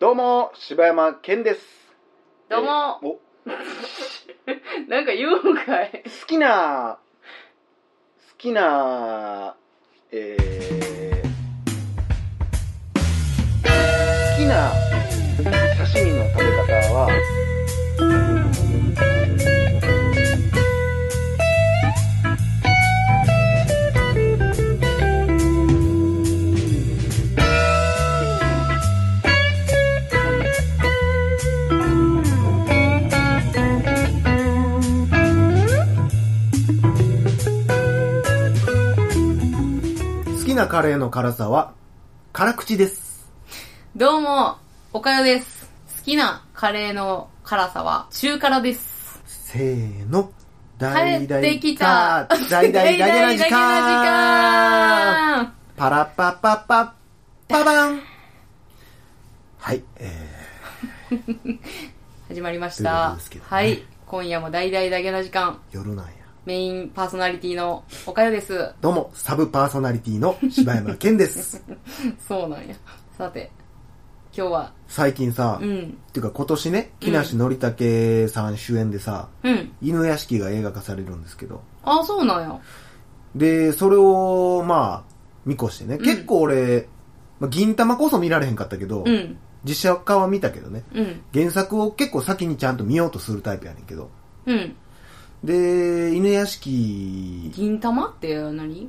うも柴山健ですどうもえーお好 なんか言うんかい。きな好きなえー、好きな刺身の食べ方は好きなカレーの辛さは、辛口です。どうも、おかよです。好きなカレーの辛さは中辛です。せーの。帰ってきた。大々大々な時間大々大々な時間パラッパッパッパッパバンはい、え始まりましというこた。とですけどねはい。今夜も大々だけな時間。ー、夜なんや。メインパーソナリティのおかよです。どうも、サブパーソナリティの柴山健です。 そうなんや。さて、今日は、最近さ、うっん、ていうか今年ね、木梨憲武さん主演でさ、うん。犬屋敷が映画化されるんですけど、ああ、そうなんや。で、それを、まあ、見越してね、ん結構俺、まあ銀玉こそ見られへんかったけど、うん、実写化は見たけどね、うん、原作を結構先にちゃんと見ようとするタイプやねんけど。うん。で、犬屋敷、銀玉って何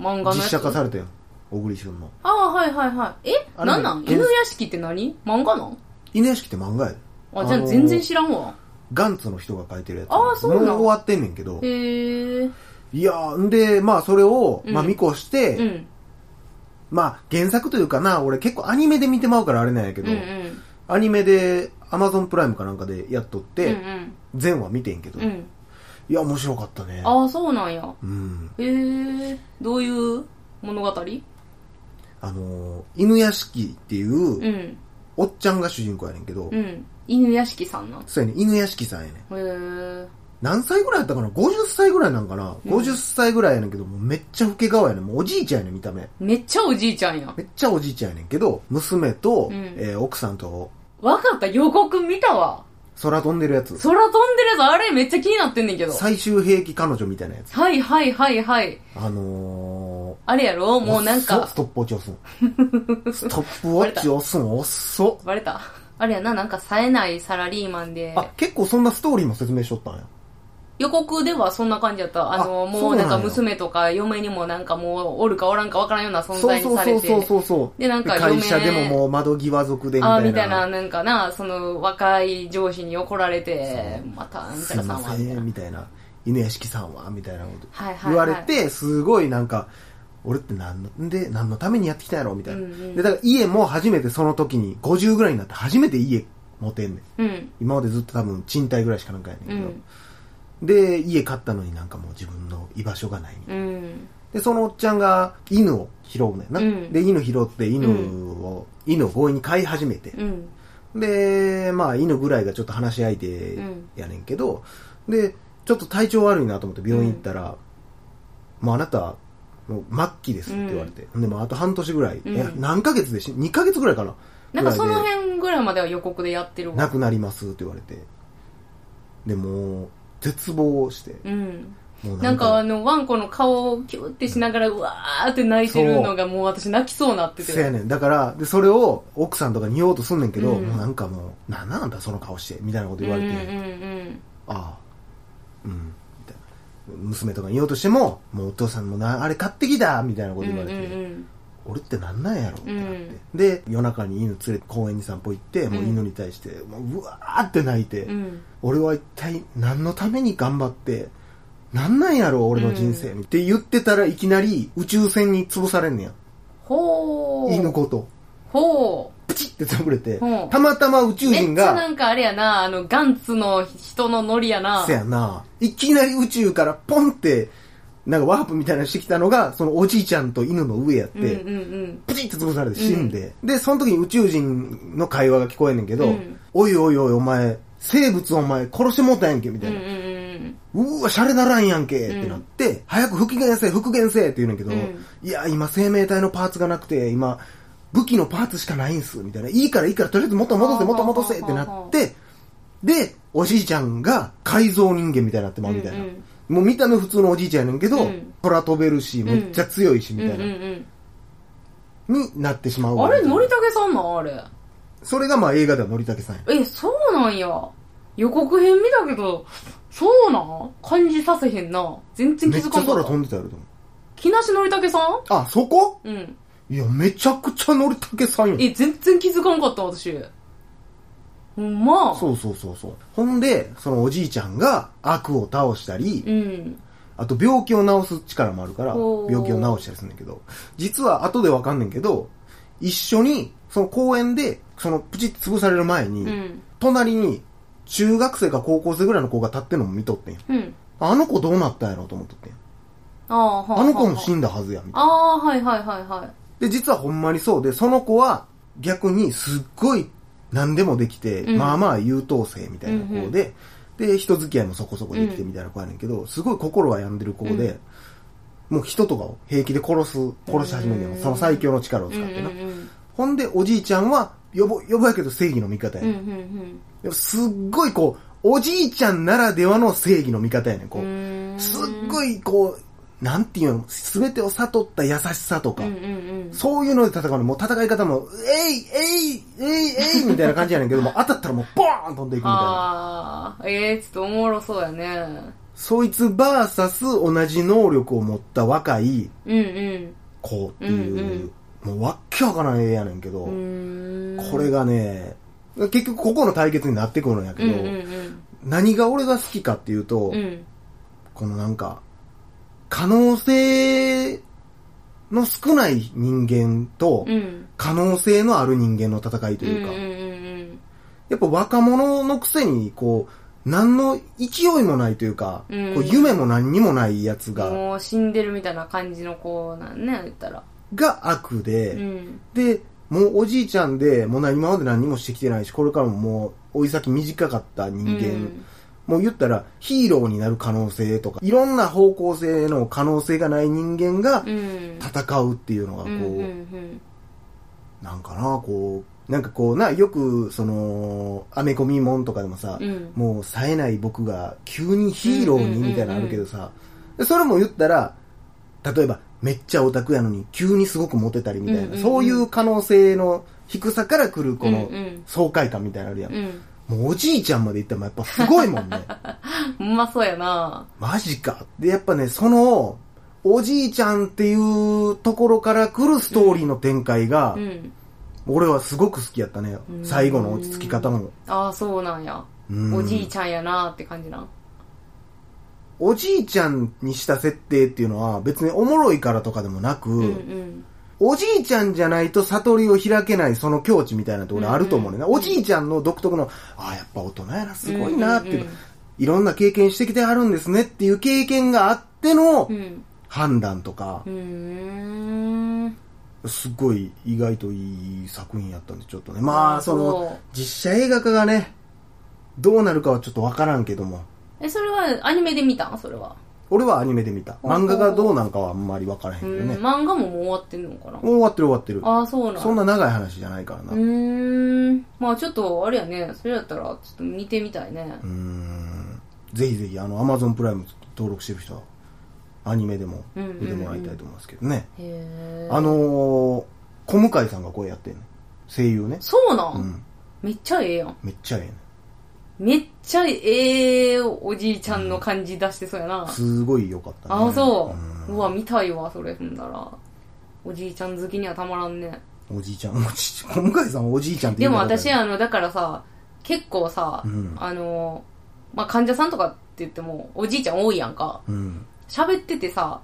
漫画のやつ実写化されたよ。小栗旬の。ああ、はいはいはい。えあれなんなん原犬屋敷って何漫画なん犬屋敷って漫画やで。あ、じゃああのー全然知らんわ。ガンツの人が書いてるやつ。あーそうなんもう終わってんねんけど。へえ。いやー、んで、まあそれを、うんまあ見越して、うん。まあ原作というかな、俺結構アニメで見てまうからあれなんやけうんど、うん。アニメで Amazon プライムかなんかでやっとっうんうて、ん。全話見てんけど、ういん。や、面白かったね。ああ、そうなんや。うん。へえ。どういう物語あのー犬屋敷っていうう、ん。おっちゃんが主人公やねんけど、うん。犬屋敷さんなん。へそうやね、犬屋敷さんやね。え。何歳ぐらいやったかな ?50 歳ぐらいなんかな、うん ?50 歳ぐらいやねんけど、もうめっちゃ老け顔やねん。もうおじいちゃんやねん、見た目。めっちゃおじいちゃんや。めっちゃおじいちゃんやねんけど、娘と、うんえー奥さんと、わかった、予告見たわ。空飛んでるやつ。空飛んでるやつ、あれめっちゃ気になってんねんけど。最終兵器彼女みたいなやつ。はいはいはいはい。あのあれやろー、もうなん遅っかス、トップウォッチ押 すん。ストップウォッチ押すん、遅っ。バレた。あれやな、なんか冴えないサラリーマンで。あ、結構そんなストーリーも説明しとったんや。予告ではそんな感じやった。あの、あもうそうななんんかや娘とか嫁にもなんかもうおるかおらんかわからんような存在そにうさそれうそうて。そうそう。でなんかで会社で嫁ももう窓際族でみあたあ、いな。みたいな、なんかな、その若い上司に怒られて、また、みすたいいなさまんは、せ、みたいなんみたいな。犬屋敷さんはみたいなことはいはい言はわい。れて、すごいなんか、俺って何の、で、何のためにやってきたんやろみたいな。うんうんで、だから家も初めてその時に、50ぐらいになって初めて家持てんねん。うん。今までずっと多分賃貸ぐらいしかなんかやねんうけど。ん。で、家買ったのになんかもう自分の居場所がないみたいな。うん。で、そのおっちゃんが犬を拾うねんな。うんで、犬拾って犬を、犬を強引に飼い始めて。うん。で、まあ、犬ぐらいがちょっと話し相手やねんけど、で、ちょっと体調悪いなと思って病院行ったら、もうあなた、もう末期ですって言われて、でもあと半年ぐらい、うんいや、何ヶ月でし、2ヶ月ぐらいかな。なんかそぐのらい辺ぐらいまでは予告でやってるで亡わ。くなりますって言われて、でもう、絶望して、うん。もうなんかあの、ワンコの顔をキューってしながら、うわーって泣いてるのがもう私泣きそうなってて。せやねん。だから、で、それを奥さんとかに言おうとすんねんけど、うんもうなんかもう、なんなんだその顔して、みたいなこと言われて、うんうんうん。ああうんみたいな娘とかに言おうとしてももうお父さんもなあれ買ってきたみたいなこと言われて、うんうんうん俺ってなんなんやろってなって、うんで夜中に犬連れて公園に散歩行ってもう犬に対して、もううわーって泣いて、うん俺は一体何のために頑張ってなんなんやろ俺の人生、って言ってたらいきなり宇宙船に潰されんねやほう。犬ごとほプチって潰れてほうたまたま宇宙う。めっ人ちゃながんかあれやな、あの、ガンツの人のノリやな。せやないきなり宇宙からポンって、なんかワープみたいなのしてきたのが、そのおじいちゃんと犬の上やって、うんうんうん。プチって潰されて死んで、で、その時に宇宙人の会話が聞こえんねんけど、うんおいおいおいお前、生物お前殺してもうたやんけ、みうたんいうな。んうん。うーわ、シャレならんやんけ、ってなって、早く復元せえ、復元せえって言うねんけど、うんいや、今生命体のパーツがなくて、今、武器のパーツしかないんす、みたいな。いいからいいから、とりあえず元戻せ、元戻せってなって、で、おじいちゃんが改造人間みたいになってまうみたいな。うんうんもう見た目普通のおじいちゃんやねんけど、うん空飛べるし、めっちゃ強いし、みうんたういんな、うん。になってしまうあわれ、けのりたけさんなんあれ。それがまあ映画ではのりたけさんや。え、そうなんや。予告編見たけど、そうなん感じさせへんな。全然気めっづちゃか空なかっ飛た。んでたやろと思う。木梨のりたけさんあ、そこうん。いや、めちゃくちゃのりたけさんやん。え、全然気づかなかった、私。ほんま。そうそうそうそう。ほんで、そのおじいちゃんが悪を倒したり、うん。あと病気を治す力もあるから、ほう病気を治したりするんだけど、実は後でわかんねんけど、一緒に、その公園で、そのプチって潰される前に、うん。隣に中学生か高校生ぐらいの子が立ってんのも見とってん。うん。あの子どうなったんやろうと思っとってん。ああ、はあの子も死んんだはずや、みたいな。ああー、はいはいはいはい。で、実はほんまにそうで、その子は逆にすっごい何でもできて、うんまあまあ優等生みたいなうんう子んで、で、人付き合いもそこそこできてみたいな子やねんけど、すごい心は病んでる子で、もう人とかを平気で殺す、殺し始めるのうんよ。その最強の力をうん使うってな。んほんで、おじいちゃんは、よぼ、よぼやけど正義の味方やうん。うねんん。うんでもすっごいこう、おじいちゃんならではの正義の味方やねん、こうう。ん。うーん。すっごいこう、なんていうの、すべてを悟った優しさとか、うんうんそういうので戦うの、もう戦い方も、えい、えい、えい、えい、みたいな感じやね んけども、当たったらもう、ボーン飛んでいくみたいな。ああ、ええー、ちょっとおもろそうやね。そいつバーサス同じ能力を持った若いうんうん。子っていう、もうわっけわからん絵やねんけど、うーん。これがね、結局ここの対決になってくるんやけうんど、うんうん。何が俺が好きかっていうと、うん。このなんか、可能性の少ない人間と、うん。可能性のある人間の戦いとういうんか、うんやっぱ若者のくせに、こう、何の勢いもないというか、うんこう夢も何にもないやつうんうん。が、もう死んでるみたいな感じの子なんね、言ったら。が悪で、うん。で、もうおじいちゃんで、もうな今まで何もしてきてないし、これからももう、追い先短かった人間、うんもう言ったらヒーローになる可能性とか、いろんな方向性の可能性がない人間がうん。戦うっていうのが、こう、うんうんなんかな、こう、なんかこうな、よく、その、アメコミもんとかでもさ、うん。うん。もう冴えない僕が急にヒーローうんうんうんうにんみたいなのあるけどさ、でそれも言ったら、例えばめっちゃオタクやのに急にすごくモテたりみたいな、うんうんうんそういう可能性の低さから来るこのうんうん爽快感みたいなのあるやん。うん。もうおじいちゃんまで行ったらやっぱすごいも んね。ほんまそうやな。マジか。で、やっぱね、その、おじいちゃんっていうところから来るストーリーの展開が、うん。俺はすごく好きやったね。うん最後の落ち着き方も。ああ、そうなんや。うんおじいちゃんやなって感じなん。おじいちゃんにした設定っていうのは別におもろいからとかでもなく、うんうん。おじいちゃんじゃないと悟りを開けないその境地みたいなところあると思うねんな、うんうんおじいちゃんの独特の、ああ、やっぱ大人やな、すごいなっていうか、うんうんうんいろんな経験してきてあるんですねっていう経験があってのうん。判断とかう、ーん。すごい意外といい作品やったんでちょっとね。まあーあ、そそうの、実写映画化がね、どうなるかはちょっとわからんけども、え、それはアニメで見たんそれは。俺はアニメで見た。漫画がどうなんかはあんまりわからへんうけんどね。。漫画ももう終わってんのかなもう終わってる終わってる。ああ、そうなんそんな長い話じゃないからな。うーん。まあちょっと、あれやね。それやったら、ちょっと見てみたいね。うーんぜひぜひ、あの、アマゾンプライム登録してる人は、アニメでもうんうんうん見てもらいたいと思いますけどね。へえ。あのー、小向井さんが声やってんね声優ね。そうなん、うん。めっちゃええやん。めっちゃええねめっちゃええおじいちゃんの感じ出してそうやな。すごい良かったね。ああ、そんう。うわ、見たいわ、それ、ほんなら。おじいちゃん好きにはたまらんね。おじいちゃん、おじいちゃん、小向井さんおじいちゃんってで言うものか私、あの、だからさ、結構さ、うんあの、まあ、患者さんとかって言っても、おじいちゃん多いやんか。うん。喋っててさ、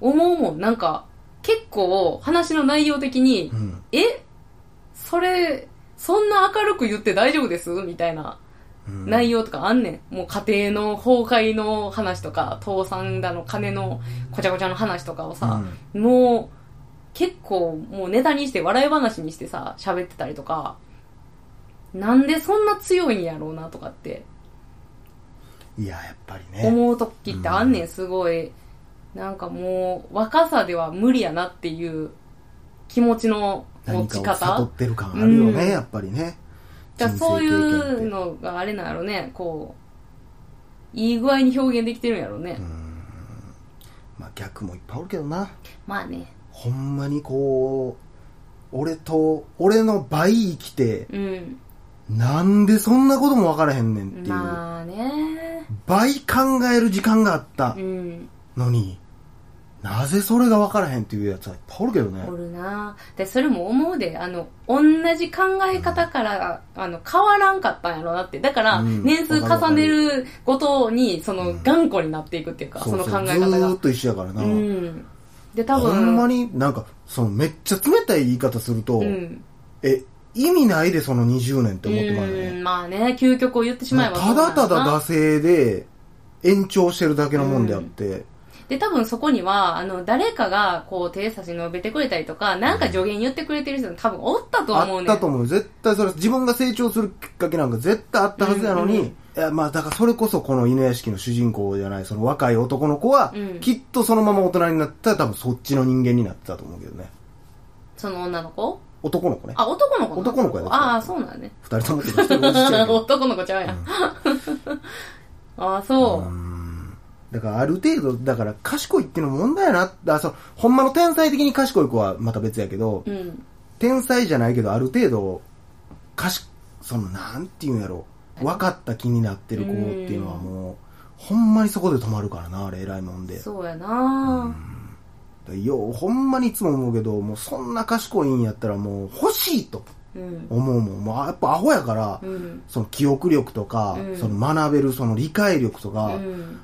思うもん、なんか、結構、話の内容的にう、ん。えそれ、そんな明るく言って大丈夫ですみたいなうん内容とかあんねん。もう家庭の崩壊の話とか、倒産だの金のこちゃこちゃの話とかをさ、もう、結構もうネタにして笑い話にしてさ、喋ってたりとか、なんでそんな強いんやろうなとかっていや、やっぱりね。思う時ってあんねん、すごい。なんかもう若さでは無理やなっていう気持ちの持何かちを悟方ってる感あるよね、うんやっぱりね。じゃあそうい人生経験ってうのがあれなんやろね、こう、いい具合に表現できてるんやろね。まあ逆もいっぱいおるけどな。まあね。ほんまにこう、俺と、俺の倍生きて、うん。なんでそんなこともわからへんねんっていう、まあね。倍考える時間があったうん。のに、なぜそれがわからへんっていうやつはいっぱいおるけどねお。るなで、それも思うで、あの、同じ考え方から、あの、変わらんかったんやろなって。だから、うん年数重ねるごとに、その、ん頑固になっていくっていうか、その考え方ずーがっ。と一緒やからな。うん。で、多分、ほんまになんか、そのめっちゃ冷たい言い方すると、うん。え、意味ないでその20年って思ってまうようね。んまあね、究極を言ってしまえばただただ惰だ性で延長してるだけのもんであって、で、多分そこには、あの、誰かが、こう、手差し伸べてくれたりとか、なんか助言言ってくれてる人も多分おったと思あうっね。たと思う。絶対それ、自分が成長するきっかけなんか絶対あったはずやのに、うんうんいや、まあだからそれこそこの犬屋敷の主人公じゃない、その若い男の子は、うんきっとそのまま大人になったら多分そっちの人間になってたと思うけどね。その女の子男の子ね。あ、男の子な男の子やでああ、そうなんだね。二人ともって言ってた人 がおっしゃる男の子ちゃうやん。 ああ、けどそうう。んだからある程度、だから賢いっていうのも問題やな。あ、そう、ほんまの天才的に賢い子はまた別やけど、うん。天才じゃないけどある程度かしそのなんていうんやろ分かった気になってる子っていうのはもうほんまにそこで止まるからなあれ偉いもんでそうやなようほんまにいつも思うけどもうそんな賢いんやったらもう欲しいとうん。思うもんもうやっぱアホやから、うん。その記憶力とか、うんその学べるその理解力とうか、ん。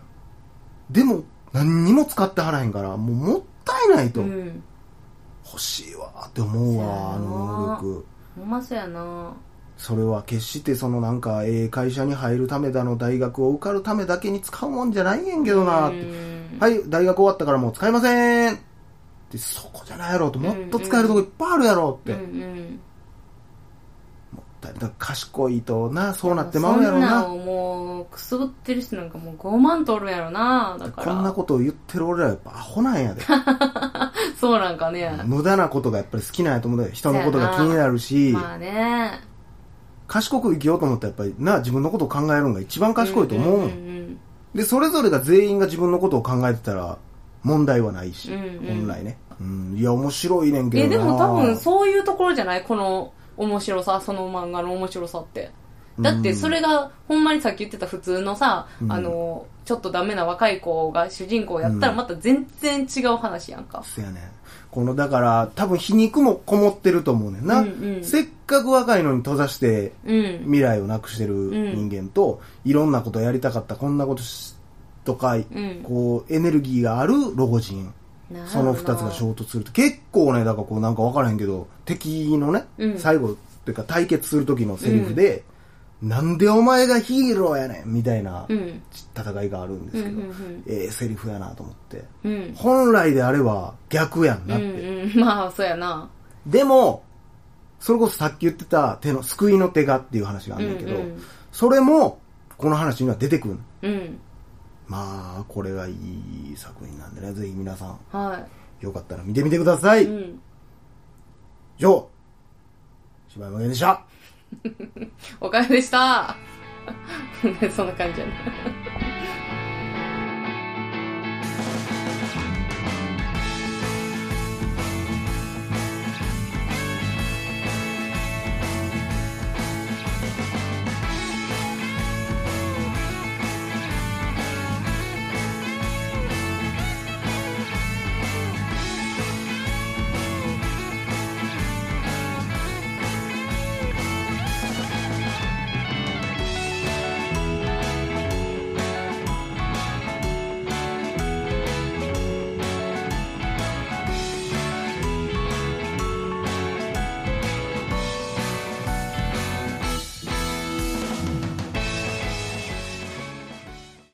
でも何にも使ってはらへんからもうもったいないと、うん。欲しいわって思うわあの能力ほんまそうやなそれは決してそのなんか、ええ会社に入るためだの、大学を受かるためだけに使うもんじゃないんやけどなって、うんはい、大学終わったからもう使いませんって、そこじゃないやろうと、もっと使えるとこいっぱいあるやろううっんて。うん。だから賢いとな、そうなってまうんやろうそんなな。んをもう、くすぶってる人なんかもう5万とおるんやろなだから。こんなことを言ってる俺らやっぱアホなんやで。 そうなんかね。 無駄なことがやっぱり好きなんやと思うで、人のことが気になるし、まあね。賢く生きようと思ったらやっぱりな、自分のことを考えるのが一番賢いと思うもん。んんで、それぞれが全員が自分のことを考えてたら、問題はないし、うんうん本来ね。うん、いや、面白いねんうん。え、けでどな。も多分そういうところじゃないこの面白さ、その漫画の面白さって。だってそれが、ほんまにさっき言ってた普通のさ、うんあの、ちょっとダメな若い子が主人公やったらうんまた全然違う話やんか。そやねんこの、だから、多分皮肉もこもってると思うねんな。うんうんせっかく若いのに閉ざして、うん。未来をなくしてる人間と、いろんなことやりたかった、こんなことし、とか、んこう、エネルギーがある老人。なるほそどの二つが衝突すると、結構ね、だからこうなんかわからへんけど、敵のね、うん最後っていうか対決する時のセリフで、なんでお前がヒーローやねんみたいなうん。戦いがあるんですけど、うんうんうんええセリフやなと思って。うん。本来であれば逆やんうなって。んうん。まあ、そうやな。でも、それこそさっき言ってた手の、救いの手がっていう話があんねんけど、うんうんそれも、この話には出てくる。うん。まあ、これがいい作品なんでね、ぜひ皆さん、はよかったら見てみてください。い。うん。以上、柴山健でした。 おかゆでした。そんな感じやな。